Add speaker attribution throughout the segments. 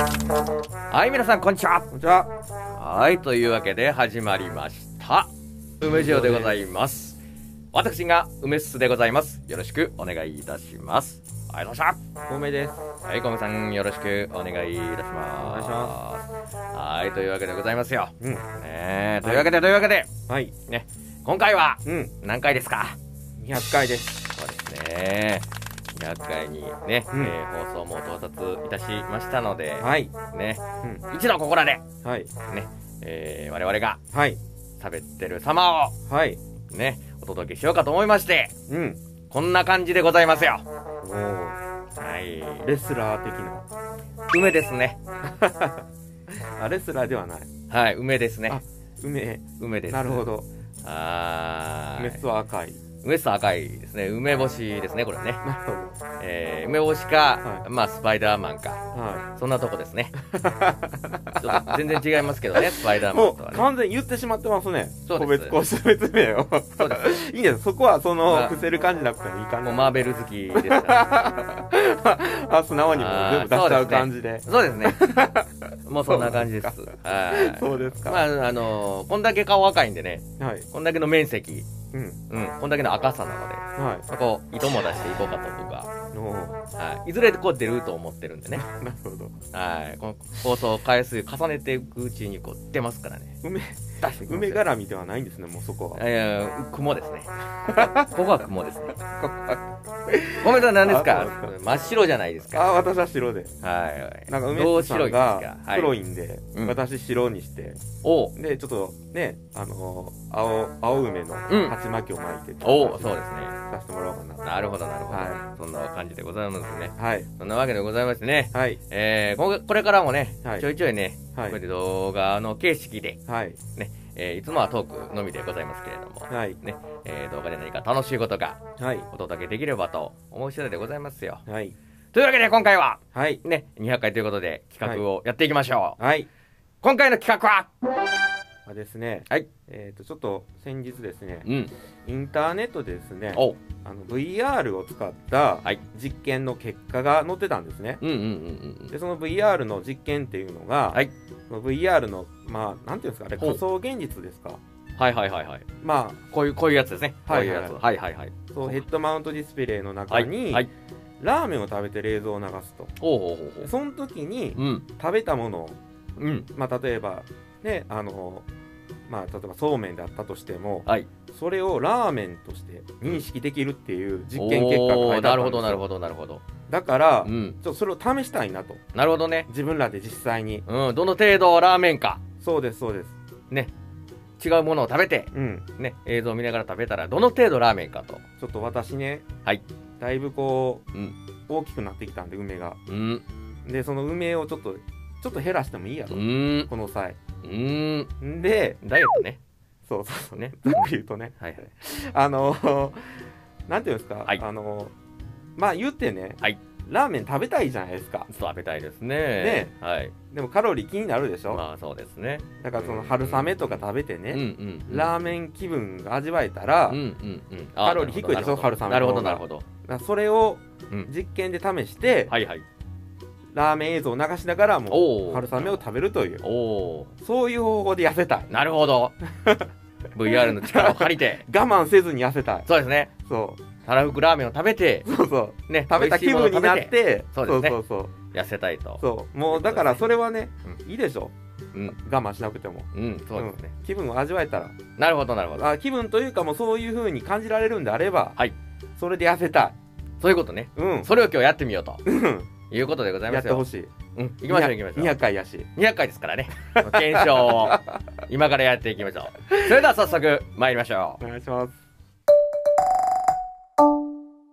Speaker 1: はい、皆さん、こんにちは。こんにちは。はい、というわけで始まりました。梅塩でございます。私が梅っすでございます。よろしくお願いいたします。ありがとうございました。
Speaker 2: 透明です。
Speaker 1: はい、コメさん、よろしくお願いいたします。
Speaker 2: お願いし
Speaker 1: ます。はい、というわけでございますよ。うん。ねえ、というわけで、というわけで、
Speaker 2: はい。
Speaker 1: ね、今回は
Speaker 2: うん。
Speaker 1: 何回ですか
Speaker 2: 200回です。
Speaker 1: そうですね。200回にね、
Speaker 2: うん
Speaker 1: えー放送も到達いたしましたので、
Speaker 2: はい。
Speaker 1: ね、
Speaker 2: うん。
Speaker 1: 一度ここらで、
Speaker 2: はい。
Speaker 1: ね、えー我々が
Speaker 2: はい。
Speaker 1: 食べてる様を
Speaker 2: はい。
Speaker 1: ね、お届けしようかと思いまして、
Speaker 2: うん。
Speaker 1: こんな感じでございますよ。
Speaker 2: おー
Speaker 1: はい。
Speaker 2: レスラー的な。
Speaker 1: 梅ですね。
Speaker 2: あ、レスラーではない。
Speaker 1: はい、梅ですね
Speaker 2: あ。梅。
Speaker 1: 梅です。
Speaker 2: なるほ。ど。
Speaker 1: はー
Speaker 2: メ
Speaker 1: い
Speaker 2: ス。は赤い。
Speaker 1: 梅っす赤いですね。梅干しですね、これね。
Speaker 2: なる
Speaker 1: えー梅干しか、
Speaker 2: はい
Speaker 1: まあ、スパイダーマンか。
Speaker 2: ほど。は
Speaker 1: そんなとこですね。 ちょっと全然違いますけどね、スパイダ
Speaker 2: い。
Speaker 1: ーマ
Speaker 2: も
Speaker 1: ン
Speaker 2: う
Speaker 1: とはね。
Speaker 2: 完全に言ってしまってますね。
Speaker 1: そうです
Speaker 2: 個別個別名を。
Speaker 1: そうです。
Speaker 2: いいです。そこはその、
Speaker 1: まあ
Speaker 2: 伏せる感じなくてもいいか
Speaker 1: もう
Speaker 2: な。
Speaker 1: マーベル好きですから。
Speaker 2: あ、素直にもう全部出しちゃう感じで。
Speaker 1: そうです ね。もうそんな感じです。はい。
Speaker 2: そうですか
Speaker 1: まあ、あのこんだけ顔赤いんでね、
Speaker 2: はい。
Speaker 1: こんだけの面積、
Speaker 2: うん。
Speaker 1: うん、こんだけの赤さなので、
Speaker 2: はい。
Speaker 1: まあこう、糸も出していこうかと僕は、
Speaker 2: おー
Speaker 1: はい。いずれこう出ると思ってるんでね、
Speaker 2: なるほど。
Speaker 1: はい。この放送回数重ねていくうちにこう出ますからね。
Speaker 2: 梅、
Speaker 1: 出していきます
Speaker 2: 梅
Speaker 1: よ。
Speaker 2: 絡みではないんですね、もうそこは。
Speaker 1: いやいや、雲ですね。 ここは雲ですね。ごめんなさい、何です
Speaker 2: あ
Speaker 1: か
Speaker 2: そうです
Speaker 1: 真っ白じゃないですか。
Speaker 2: あ、私は白で。
Speaker 1: はいはい。
Speaker 2: なんか梅
Speaker 1: どう
Speaker 2: 津さ
Speaker 1: 白い
Speaker 2: ん
Speaker 1: んです
Speaker 2: が
Speaker 1: か
Speaker 2: 黒
Speaker 1: い。
Speaker 2: いんで、
Speaker 1: うん
Speaker 2: 私白にして、
Speaker 1: おう
Speaker 2: で、ちょっとね、あのー青、青梅の
Speaker 1: うん
Speaker 2: 鉢巻きを巻いて、
Speaker 1: おうそうですね。
Speaker 2: させてもらおうかな。
Speaker 1: なるほど、なるほど。
Speaker 2: は
Speaker 1: そんな感じでございますね。
Speaker 2: はい。
Speaker 1: そんなわけでございましてね。
Speaker 2: はい。
Speaker 1: えー、こんこれからもね、
Speaker 2: はい
Speaker 1: ちょいちょいね、
Speaker 2: はい
Speaker 1: こうやって動画の形式で、
Speaker 2: はい。
Speaker 1: ね、えーいつもはトークのみでございますけれども、
Speaker 2: はい。
Speaker 1: ね、えー動画で何か楽しいことが
Speaker 2: はい。
Speaker 1: お届けできればと思う次第でございますよ。
Speaker 2: はい。
Speaker 1: というわけで今回は、
Speaker 2: はい。
Speaker 1: ね、200回ということで企画をやっていきましょう。
Speaker 2: はい。
Speaker 1: 今回の企画は
Speaker 2: あですね、
Speaker 1: はい。
Speaker 2: えっ、と、ちょっと先日ですね、
Speaker 1: うん。
Speaker 2: インターネットでですね、
Speaker 1: おう。
Speaker 2: あの VR を使った
Speaker 1: はい
Speaker 2: 実験の結果が載ってたんですね。
Speaker 1: うんうんうん
Speaker 2: でその VR の実験っていうのが、
Speaker 1: はい
Speaker 2: その VR の、まあ、なんていうんですか、あれ、
Speaker 1: ほう
Speaker 2: 仮想現実ですか。
Speaker 1: うん。はいはいはいはい。
Speaker 2: まあ、
Speaker 1: こういう、こういうやつですね。
Speaker 2: はいはい
Speaker 1: こういうやつ。はいはいはい。
Speaker 2: そうヘッドマウントディスプレイの
Speaker 1: は
Speaker 2: 中に、
Speaker 1: い。はい。
Speaker 2: ラーメンを食べて冷蔵を流すと
Speaker 1: おうおうおう
Speaker 2: でその時に
Speaker 1: おう。うん。
Speaker 2: 食べたものを、
Speaker 1: うん。
Speaker 2: まあ、例えばねあのまあ例えばそうめんだったとしても
Speaker 1: はい。
Speaker 2: それをラーメンとして認識できるっていう実験結果が
Speaker 1: お
Speaker 2: 書
Speaker 1: ー
Speaker 2: いてあ
Speaker 1: な
Speaker 2: った
Speaker 1: る
Speaker 2: ん
Speaker 1: ほ
Speaker 2: です
Speaker 1: ど
Speaker 2: よ
Speaker 1: なるほどなるほど
Speaker 2: だから、
Speaker 1: う
Speaker 2: ち
Speaker 1: ん
Speaker 2: ょっとそれを試したいなと
Speaker 1: なるほどね
Speaker 2: 自分らで実際に
Speaker 1: うんどの程度ラーメンか
Speaker 2: そうですそうです
Speaker 1: 違うものを食べて
Speaker 2: うん
Speaker 1: ね映像を見ながら食べたらどの程度ラーメンかと
Speaker 2: ちょっと私ね、
Speaker 1: はい
Speaker 2: だいぶこう、
Speaker 1: うん
Speaker 2: 大きくなってきたんで梅が
Speaker 1: うん
Speaker 2: でその梅をちょっとちょっと減らしてもいいや
Speaker 1: う
Speaker 2: と、
Speaker 1: ん
Speaker 2: この際
Speaker 1: うん
Speaker 2: んで
Speaker 1: ダイエットね
Speaker 2: そう そうそう
Speaker 1: ね
Speaker 2: ざっくり言うとね、
Speaker 1: はいはい
Speaker 2: あのーなんていうんですか、
Speaker 1: はい
Speaker 2: あのーまあ言ってね、
Speaker 1: はい
Speaker 2: ラーメン食べたいじゃないですか。
Speaker 1: 食べたいですねねはい
Speaker 2: でもカロリー気になるでしょ、
Speaker 1: まあそうですね
Speaker 2: だからその春雨とか食べて
Speaker 1: うん
Speaker 2: ね、
Speaker 1: うん
Speaker 2: ラ
Speaker 1: ー
Speaker 2: ーメン気分が味わえたら、
Speaker 1: うんうんうん
Speaker 2: カロリー低いでしょ
Speaker 1: カル
Speaker 2: 春雨
Speaker 1: なるほど
Speaker 2: の方が
Speaker 1: なるほど
Speaker 2: なそれを
Speaker 1: うん
Speaker 2: 実験で試して、
Speaker 1: はいはい
Speaker 2: ラーメン映像を流しながら
Speaker 1: お
Speaker 2: も
Speaker 1: ー
Speaker 2: 春雨を食べるという、
Speaker 1: おお
Speaker 2: そういう方法で痩せたい。
Speaker 1: ーなるほ ど VR の力を借りて
Speaker 2: 我慢せずに痩せたい。
Speaker 1: そうですね
Speaker 2: そ
Speaker 1: たらふくラーメンを食べて
Speaker 2: うそうそう。
Speaker 1: ね
Speaker 2: 食べた気分になっ
Speaker 1: 美味しいものを食べ
Speaker 2: て、
Speaker 1: そうですね
Speaker 2: そうそう
Speaker 1: 痩せたいと
Speaker 2: そうそうもうだからそれはね、いいでしょ、
Speaker 1: うん
Speaker 2: 我慢しなくても。
Speaker 1: うんそうですね
Speaker 2: ん気分を味わえたら
Speaker 1: なるほどなるほど
Speaker 2: あ気分というかもうそういう風に感じられるんであれば、
Speaker 1: はい
Speaker 2: それで痩せたい
Speaker 1: そういうことね
Speaker 2: うん
Speaker 1: それを今日やってみようと
Speaker 2: うん
Speaker 1: いうことでござい
Speaker 2: や
Speaker 1: ま
Speaker 2: っ
Speaker 1: す
Speaker 2: てほ
Speaker 1: よ。
Speaker 2: しい
Speaker 1: うん、行きましょう行きましょう。
Speaker 2: 200回やし
Speaker 1: 200回ですからね。検証を今からやっていきましょう。それでは早速参りましょ
Speaker 2: お願いします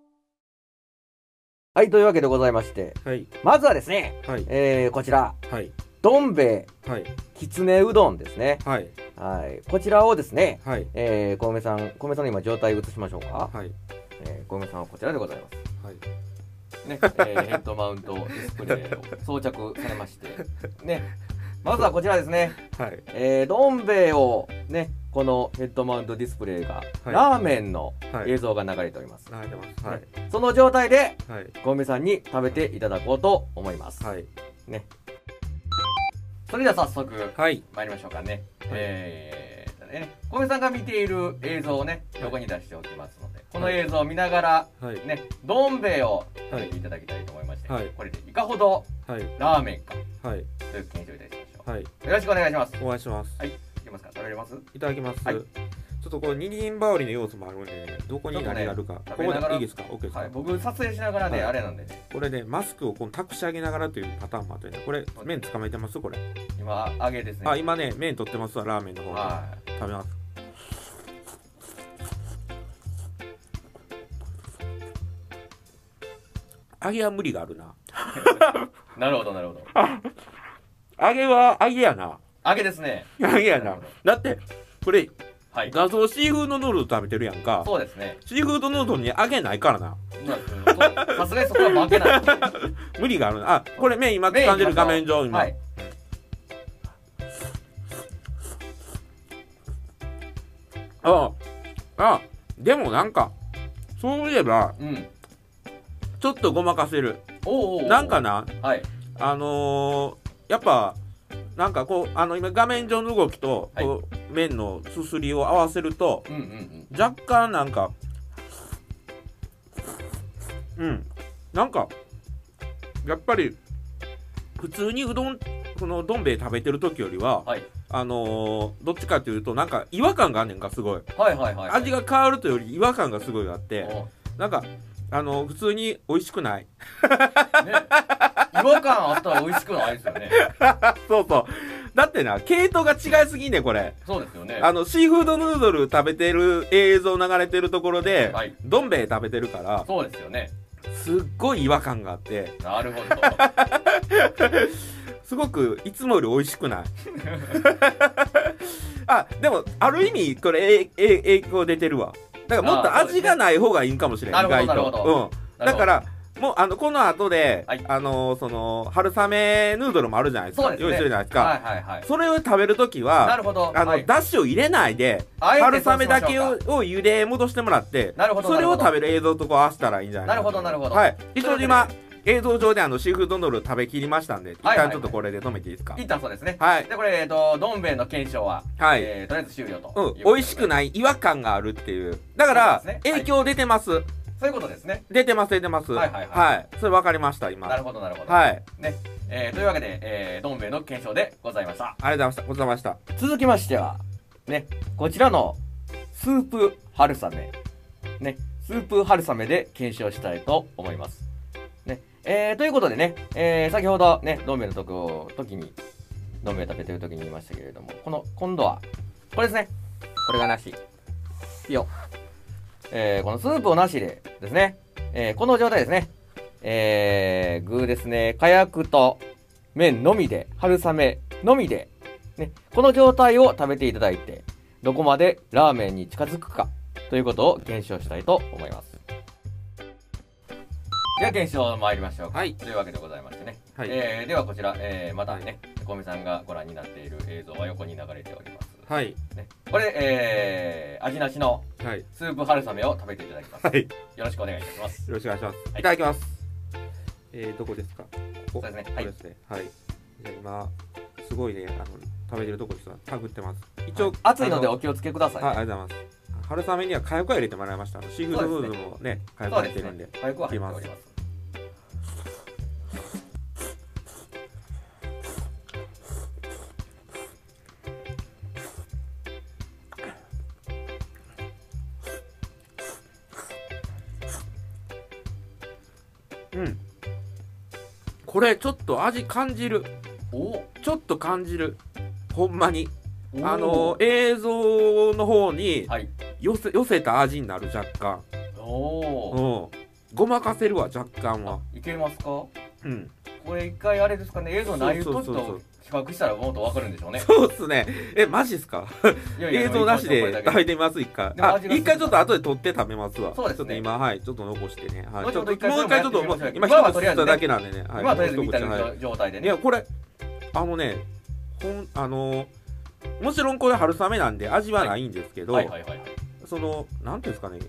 Speaker 1: う。はい、というわけでございまして、
Speaker 2: はい
Speaker 1: まずはですね、
Speaker 2: はい
Speaker 1: えー、こちら、
Speaker 2: はい
Speaker 1: どん兵衛
Speaker 2: はい
Speaker 1: きつねうどんですね。
Speaker 2: はい
Speaker 1: はい、こちらをですね、
Speaker 2: はい
Speaker 1: えー、小梅さん、小梅さんの今状態を移しましょうか。
Speaker 2: はい
Speaker 1: えー、小梅さんはこちらでございます。
Speaker 2: はい
Speaker 1: ね、えー、ヘッドマウントディスプレイを装着されまして、ね、まずはこちらですね。
Speaker 2: はい
Speaker 1: えー、どん兵衛をねこのヘッドマウントディスプレイが、
Speaker 2: はい
Speaker 1: ラーメンの
Speaker 2: はい
Speaker 1: 映像が流れております、
Speaker 2: はいてますはい
Speaker 1: その状態で
Speaker 2: はい
Speaker 1: コウメさんに食べていただこうと思います、
Speaker 2: はい
Speaker 1: ねそれでは早速
Speaker 2: はい
Speaker 1: 参りましょうかね。えーとね、小梅さんが見ている映像をね、横に出しておきますので、この映像を見ながら、
Speaker 2: はい
Speaker 1: ね、どん兵衛を食
Speaker 2: は
Speaker 1: べ
Speaker 2: い
Speaker 1: ていただきたいと思いまして、
Speaker 2: はい
Speaker 1: これでいかほど
Speaker 2: はい
Speaker 1: ラーメンか
Speaker 2: はい
Speaker 1: という検証いたしましょ。
Speaker 2: はいう
Speaker 1: よろしくお願いします。
Speaker 2: お会いします
Speaker 1: はい、いけますか食べれます
Speaker 2: いただきます、
Speaker 1: はい
Speaker 2: ちょっとこれ二人羽織の要素もあるんでねどこに何があるか、
Speaker 1: ちょっと
Speaker 2: こ
Speaker 1: ね食べ
Speaker 2: こ
Speaker 1: ながら
Speaker 2: でいいですか OK ですか、
Speaker 1: はい、僕撮影しながらね、
Speaker 2: はい
Speaker 1: あれなんでね、
Speaker 2: これねマスクをこの託し上げながらというパターンもあってねこれ麺捕まえてますこれ
Speaker 1: 今、揚げですね。
Speaker 2: あ今ね麺取ってますわラーメンの方で
Speaker 1: は。
Speaker 2: 食べます揚げは無理があるない
Speaker 1: なるほど、なるほど。
Speaker 2: 揚げは揚げ やな
Speaker 1: 揚げですね。
Speaker 2: 揚げや
Speaker 1: なる
Speaker 2: な
Speaker 1: ほど
Speaker 2: だってこれ
Speaker 1: はい。
Speaker 2: 画像シーフードヌードル食べてるやんか
Speaker 1: そうですね。
Speaker 2: シーフードヌードルに揚げないからな
Speaker 1: そうなんですそうさすがにそこは負けない。
Speaker 2: 無理があるなあこれ麺今掴んでる画面上今、
Speaker 1: はい。
Speaker 2: あああでもなんかそういえば
Speaker 1: うん。
Speaker 2: ちょっとごまかせる
Speaker 1: おうおうおう
Speaker 2: なんかな
Speaker 1: はい。
Speaker 2: あのーやっぱなんかこうあの今画面上の動きと
Speaker 1: はい
Speaker 2: こう、面のすすりを合わせると
Speaker 1: うんうんうん。
Speaker 2: 若干なんかうんなんかやっぱり普通にうどんこのどん兵衛食べてる時よりは、
Speaker 1: はい
Speaker 2: あのーどっちかというとなんか違和感があんねんかすごい
Speaker 1: はいはいはい。
Speaker 2: 味が変わるというより違和感がすごいあって
Speaker 1: おう
Speaker 2: なんかあのー普通に美味しくない
Speaker 1: ね、違和感あったら美味しくないですよね。
Speaker 2: そうそうだってな系統が違いすぎんねんこれ
Speaker 1: そうですよね。
Speaker 2: あの、シーフードヌードル食べてる映像流れてるところで、
Speaker 1: はい
Speaker 2: どん兵衛食べてるから、
Speaker 1: そうですよね。
Speaker 2: すっごい違和感があって、
Speaker 1: なるほど。
Speaker 2: すごくいつもより美味しくない。 あ、でも、ある意味、これ、え、え、影響出てるわ。だからもっと
Speaker 1: あーそうですね
Speaker 2: 味がない方がいいんかもしれん、
Speaker 1: なる
Speaker 2: 意
Speaker 1: ほど
Speaker 2: 外
Speaker 1: なるほ
Speaker 2: と
Speaker 1: ど。
Speaker 2: うん。だか
Speaker 1: なる
Speaker 2: ら、もう、あの、この後で、
Speaker 1: はい
Speaker 2: あの、その、春雨ヌードルもあるじゃないです
Speaker 1: そ
Speaker 2: か。
Speaker 1: うですね
Speaker 2: 用意してるじゃないです
Speaker 1: ほど、
Speaker 2: か。
Speaker 1: はいはいはい。
Speaker 2: それを食べるとき
Speaker 1: な
Speaker 2: は、
Speaker 1: るほど。
Speaker 2: あの、
Speaker 1: はい
Speaker 2: だしを入れないで、
Speaker 1: あえて
Speaker 2: 春
Speaker 1: そう
Speaker 2: 雨
Speaker 1: しま
Speaker 2: だ
Speaker 1: しょうか
Speaker 2: けをを茹で戻してもらって
Speaker 1: なるほど
Speaker 2: それを
Speaker 1: なるほど
Speaker 2: 食べる映像とこう合わせたらいいんじゃない
Speaker 1: なるほどなるほど
Speaker 2: はい一
Speaker 1: というわ
Speaker 2: 応
Speaker 1: けで
Speaker 2: 今映像上であのシーフードヌードル食べきりましたんで一
Speaker 1: はいはい
Speaker 2: 旦ちょっとこれで止めていいですか
Speaker 1: 一旦そうですね。
Speaker 2: はい
Speaker 1: で、これ、えっと、どん兵衛の検証は、
Speaker 2: はい
Speaker 1: えーとりあえず終了と。
Speaker 2: うん美味しく
Speaker 1: い
Speaker 2: ない違和感があるっていうだか
Speaker 1: そう
Speaker 2: ら
Speaker 1: ですねはい
Speaker 2: 影響出てます
Speaker 1: うことで。そういうことですね。
Speaker 2: 出てます出てます
Speaker 1: はいはいはい
Speaker 2: はいそれ分かりました今
Speaker 1: な
Speaker 2: は
Speaker 1: る
Speaker 2: い
Speaker 1: ほど、なるほど。
Speaker 2: あり
Speaker 1: ね。えーというわけで、えーどん兵衛の検証でございました。
Speaker 2: がとうございましたごちそうさまでした
Speaker 1: 続きましては、ね、こちらのスープ春雨、ね、スープ春雨で検証したいと思います。ね、えー、ということでね、えー、先ほどね、どん兵衛のとこ、時に、どん兵衛食べてる時に言いましたけれども、この、今度は、これですね。これがなし。よ。えー、このスープをなしでですね、えー、この状態ですね。えー、具ですね、火薬と麺のみで、春雨のみでね、この状態を食べていただいて、どこまでラーメンに近づくかということを検証したいと思います。では検証参りましょうか。
Speaker 2: はい
Speaker 1: というわけでございましてね。
Speaker 2: はい
Speaker 1: えーではこちら、えーまたね、小見さんがご覧になっている映像は横に流れております。
Speaker 2: はい
Speaker 1: ね、これ、えー味なしの
Speaker 2: はい
Speaker 1: スープ春雨を食べていただきます。
Speaker 2: はいよ
Speaker 1: よろしくお願いいたします。
Speaker 2: ろしくお願いします
Speaker 1: はい
Speaker 2: いただきますえーどこですか
Speaker 1: そ
Speaker 2: お
Speaker 1: うですね。
Speaker 2: は、
Speaker 1: はいい
Speaker 2: で。すね。はい。じゃあ今すごいねあの食べてるとこですわ。タグってます。一応、
Speaker 1: 熱いので
Speaker 2: あ
Speaker 1: お気をつけくだ
Speaker 2: ああ
Speaker 1: さ
Speaker 2: りがとうございます。春雨には火薬は入れてもらいました。あのシーフードヌードルもね火
Speaker 1: い。そう
Speaker 2: 薬入れ
Speaker 1: で
Speaker 2: て
Speaker 1: す
Speaker 2: るんで
Speaker 1: ね。。早くは入っております。
Speaker 2: うん。これちょっと味感じる。
Speaker 1: おお
Speaker 2: ちょっと感じる。ほんまに。
Speaker 1: ー
Speaker 2: あの映像の方に
Speaker 1: はい。
Speaker 2: 寄せ寄せた味になる若干。
Speaker 1: お
Speaker 2: う
Speaker 1: お。
Speaker 2: ん。ごまかせるわ若干は。
Speaker 1: いけますか
Speaker 2: うん。
Speaker 1: これ一回あれですかね映像内容とちょっと比較したらもっとわかるんでしょうね
Speaker 2: そうっすね。えマジっすか。
Speaker 1: いやいや
Speaker 2: 映像なし
Speaker 1: これ
Speaker 2: で
Speaker 1: だけ
Speaker 2: 食べてみます一回
Speaker 1: でも
Speaker 2: あ
Speaker 1: 味がする
Speaker 2: 一回ちょっと後で取って食べますわ
Speaker 1: そうですね
Speaker 2: ちょっと今はいちょっと残してね、はい、
Speaker 1: 後
Speaker 2: ちょ
Speaker 1: ほど
Speaker 2: っと
Speaker 1: 一回
Speaker 2: もう一回ちょっともう
Speaker 1: やってみ
Speaker 2: 今
Speaker 1: ましょう
Speaker 2: 一口吸っただけなんでね
Speaker 1: 今
Speaker 2: はい
Speaker 1: はとりあえず見た
Speaker 2: 一口はい
Speaker 1: 状態で
Speaker 2: い
Speaker 1: ね
Speaker 2: やこれあのねほんあのーもちろんこれ春雨なんで味はないんですけど、
Speaker 1: はいはいはいはい
Speaker 2: そのなんていうんですかね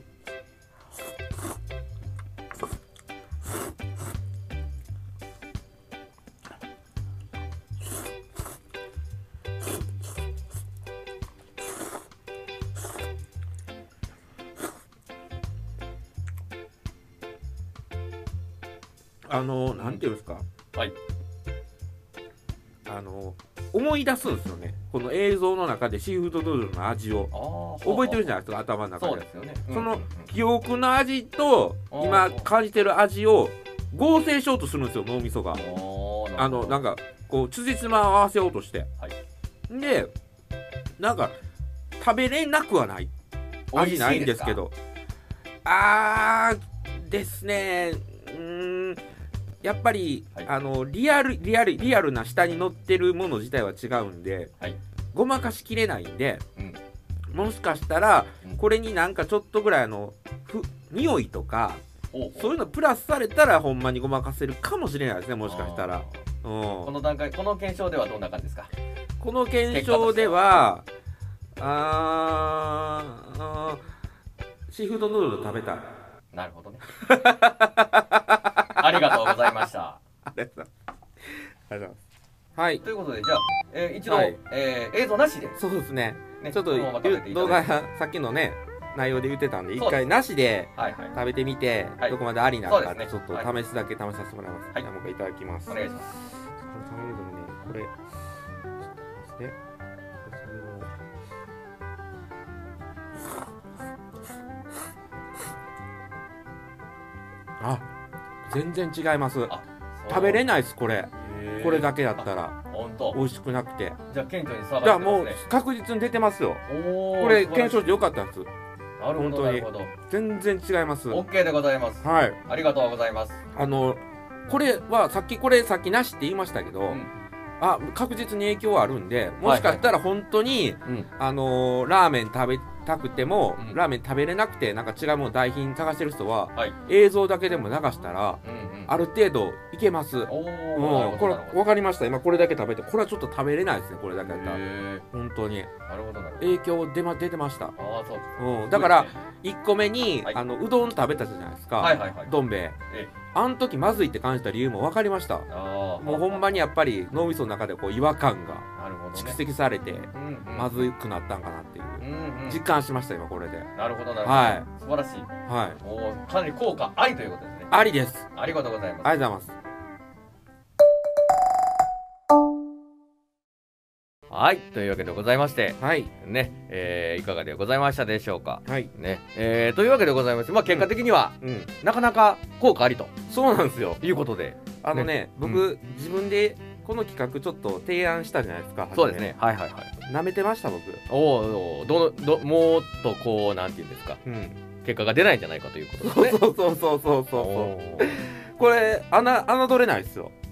Speaker 2: あのなんていうんですか、
Speaker 1: はい
Speaker 2: あの思い出すんですよねこの映像の中でシーフードヌードルの味を
Speaker 1: あー
Speaker 2: 覚えてるじ
Speaker 1: ゃ
Speaker 2: ゃないですか頭の中で
Speaker 1: そうですよね
Speaker 2: その
Speaker 1: うんうん
Speaker 2: 記憶の味と
Speaker 1: あー
Speaker 2: 今感じてる味を合成しようとするんですよ脳みそが
Speaker 1: うんおー
Speaker 2: あのなんかこう辻褄を合わせようとして、
Speaker 1: はい
Speaker 2: でなんか食べれなくはない味ないんですけどあーですねうーんやっぱり、
Speaker 1: はい
Speaker 2: あのリアルリアルリアルな下に乗ってるもの自体は違うんで、
Speaker 1: はい
Speaker 2: ごまかしきれないんで、
Speaker 1: うん
Speaker 2: もしかしたら、
Speaker 1: うん
Speaker 2: これになんかちょっとぐらいあのふ匂いとか
Speaker 1: おー
Speaker 2: そういうのプラスされたらほんまにごまかせるかもしれないですねもしかした
Speaker 1: あ
Speaker 2: ら。
Speaker 1: ー
Speaker 2: う
Speaker 1: こ
Speaker 2: ん、
Speaker 1: の段階この検証ではどんな感じですか
Speaker 2: この検証ではあーあーシーフードヌードル食べたい。
Speaker 1: なるほど ねありがとうございました
Speaker 2: ありがとうございます。はい。
Speaker 1: ということでじゃあ、えー一度、
Speaker 2: はい
Speaker 1: えー映像なしで、
Speaker 2: そうですね。
Speaker 1: ね、
Speaker 2: ちょっ
Speaker 1: そのまま
Speaker 2: と
Speaker 1: 食べていた
Speaker 2: 動
Speaker 1: だ
Speaker 2: 画
Speaker 1: いて
Speaker 2: さっきのね内容で言ってたんで
Speaker 1: そう
Speaker 2: 一回なしで
Speaker 1: はいはい
Speaker 2: 食べてみて、
Speaker 1: はい
Speaker 2: どこまでありなのか、
Speaker 1: そうです
Speaker 2: ちょ
Speaker 1: ね
Speaker 2: っと
Speaker 1: は
Speaker 2: 試すだけ試させてもらいます。
Speaker 1: はい
Speaker 2: じゃあもう一回いただきます。
Speaker 1: お願いします
Speaker 2: これ食べるとねこれちょっと待ってこれをあ全然違います
Speaker 1: あそう
Speaker 2: 食べれないですこれ
Speaker 1: へー
Speaker 2: これだけだったら
Speaker 1: 本当
Speaker 2: 美味しくなくて
Speaker 1: じゃあ顕著に差
Speaker 2: じゃ
Speaker 1: が
Speaker 2: あ
Speaker 1: 出
Speaker 2: も
Speaker 1: て
Speaker 2: う
Speaker 1: ますね
Speaker 2: 確実に出てますよ
Speaker 1: おー
Speaker 2: こ
Speaker 1: 素晴
Speaker 2: れ
Speaker 1: ら
Speaker 2: 検
Speaker 1: しい
Speaker 2: 証してよかったんです
Speaker 1: なるほどな
Speaker 2: 本当
Speaker 1: る
Speaker 2: に
Speaker 1: ほど
Speaker 2: 全然違いますは
Speaker 1: OK でございます
Speaker 2: い
Speaker 1: ありがとうございます
Speaker 2: あのこれはさっきこれさっきなしって言いましたけど、
Speaker 1: うん
Speaker 2: あ確実に影響はあるんでもしかしたら本当に、
Speaker 1: うん
Speaker 2: あのーラーメン食べたくても、
Speaker 1: うん
Speaker 2: ラーメン食べれなくてなんか違うもの代品探してる人は、
Speaker 1: はい
Speaker 2: 映像だけでも流したら
Speaker 1: うんうん
Speaker 2: ある程度いけます、うん、
Speaker 1: おお
Speaker 2: これ分かりました今これだけ食べてこれはちょっと食べれないですねこれだけだったら本当に
Speaker 1: なるほどなるほど
Speaker 2: 影響出,、ま、出てました、
Speaker 1: ああそう
Speaker 2: うん、だから
Speaker 1: す
Speaker 2: 1個目に、
Speaker 1: はい
Speaker 2: あのうどん食べたじゃないですか、
Speaker 1: はいはいはい
Speaker 2: どん兵衛
Speaker 1: ごいねえ
Speaker 2: あの時まずいって感じた理由も分かりました
Speaker 1: ああ
Speaker 2: もうほんまにやっぱり脳みその中でこう違和感が
Speaker 1: なるほどね
Speaker 2: 蓄積されて
Speaker 1: うんうん
Speaker 2: まずくなったんかなっていう
Speaker 1: うんうん
Speaker 2: 実感しました今これで
Speaker 1: なるほどなるほど、
Speaker 2: はい
Speaker 1: 素晴らしい
Speaker 2: はい
Speaker 1: おーかなり効果ありということですね
Speaker 2: ありです
Speaker 1: ありがとうございます
Speaker 2: ありがとうございます
Speaker 1: はいというわけでございまして
Speaker 2: はい
Speaker 1: ねえーいかがでございましたでしょうか
Speaker 2: はい
Speaker 1: ねえーというわけでございましてまあ結果的には、
Speaker 2: うん
Speaker 1: なかなか効果ありと
Speaker 2: そうなんですよ
Speaker 1: いうことで
Speaker 2: あのね僕自分でこの企画ちょっと提案したじゃないですか
Speaker 1: そうですねはいはいはい
Speaker 2: なめてました僕
Speaker 1: おーおーどのどもっとこうなんていうんですか
Speaker 2: うん
Speaker 1: 結果が出ないんじゃないかということです
Speaker 2: そう
Speaker 1: ね
Speaker 2: そうそうそうそうそ
Speaker 1: お
Speaker 2: うこれあな侮れないですよ
Speaker 1: ー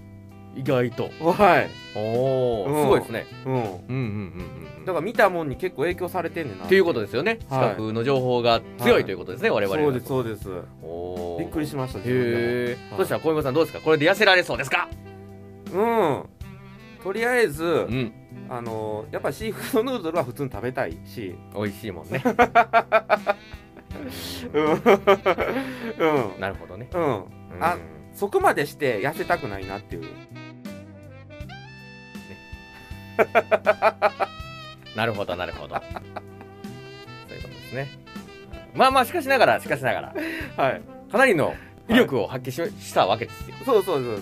Speaker 1: 意外と
Speaker 2: はい
Speaker 1: お
Speaker 2: う
Speaker 1: お
Speaker 2: ん
Speaker 1: すごいですね
Speaker 2: うん
Speaker 1: うんうんうんうんうん
Speaker 2: だから見たもんに結構影響されてんねんな
Speaker 1: ということ
Speaker 2: で
Speaker 1: ですよね視
Speaker 2: はい
Speaker 1: 覚の情報が強いということですね、我々
Speaker 2: そうですそうです
Speaker 1: おー
Speaker 2: びっくりしました自分でも
Speaker 1: へえ、
Speaker 2: はい
Speaker 1: そしたら小山さんどうですかこれで痩せられそうですか
Speaker 2: うんとりあえず、
Speaker 1: うん
Speaker 2: あのやっぱシーフードヌードルは普通に食べたいし、
Speaker 1: 美味しいもん ね
Speaker 2: うん、うん
Speaker 1: なるほどね
Speaker 2: うん、あそこまでして痩せたくないなっていう、
Speaker 1: なるほどなるほどそういうことですねまあまあしかしながらしかしながら
Speaker 2: はい、
Speaker 1: かなりの威力を発揮し,、したわけですよ
Speaker 2: そうそうそう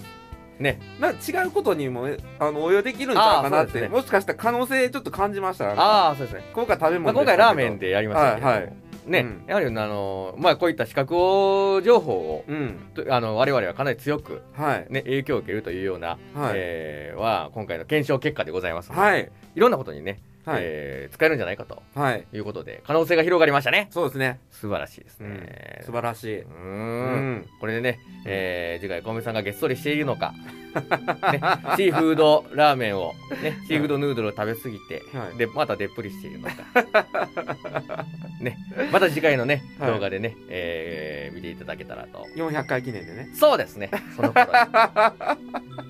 Speaker 1: ね
Speaker 2: な違うことにもあの応用できるんちゃうかなっ
Speaker 1: あーそう
Speaker 2: て、
Speaker 1: ですね
Speaker 2: もしかしたら可能性ちょっと感じましたなんか
Speaker 1: ああそうですね、
Speaker 2: 今回食べ
Speaker 1: まあ、
Speaker 2: 物
Speaker 1: 今
Speaker 2: で
Speaker 1: 回
Speaker 2: したけど
Speaker 1: ラーメンでやりましたけれども、
Speaker 2: はいはい
Speaker 1: ね、
Speaker 2: うん
Speaker 1: やはりあのまあこういった視覚情報を
Speaker 2: うん
Speaker 1: とあの我々はかなり強く、
Speaker 2: はい
Speaker 1: ね、影響を受けるというような、
Speaker 2: はい、
Speaker 1: えーは今回の検証結果でございますので、
Speaker 2: はい
Speaker 1: いろんなことにね、
Speaker 2: はい、
Speaker 1: えー使えるんじゃないかと
Speaker 2: はい
Speaker 1: いうことで可能性が広がりましたね
Speaker 2: そうですね、
Speaker 1: 素晴らしいです
Speaker 2: うん
Speaker 1: ね、
Speaker 2: 素晴らしい、
Speaker 1: うー
Speaker 2: うん
Speaker 1: これでね、えー次回小梅さんがげっそりしているの か、ね、シーフードラーメンを、ね、シーフードヌードルを食べ過ぎて、
Speaker 2: はい
Speaker 1: でまたでっぷりしているのか、 ね、また次回のね
Speaker 2: はい
Speaker 1: 動画でね、えー見ていただけたらと
Speaker 2: 400回記念でね
Speaker 1: そうですねその頃に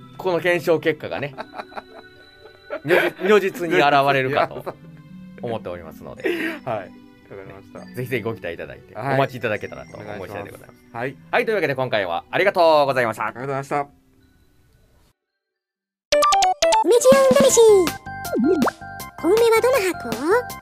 Speaker 1: この検証結果がね如実如実に現れるか と思っておりますので
Speaker 2: はいわかりました
Speaker 1: ぜひぜひご期待いただいて、
Speaker 2: はい
Speaker 1: お待ちいただけたらと
Speaker 2: お
Speaker 1: 思
Speaker 2: 願い
Speaker 1: い
Speaker 2: し
Speaker 1: 次第
Speaker 2: ま
Speaker 1: ですございます。
Speaker 2: はいあり
Speaker 1: はい、というわけで今回はありがとうございました
Speaker 2: が。とうございました
Speaker 3: 梅ジオン試し小梅はどの箱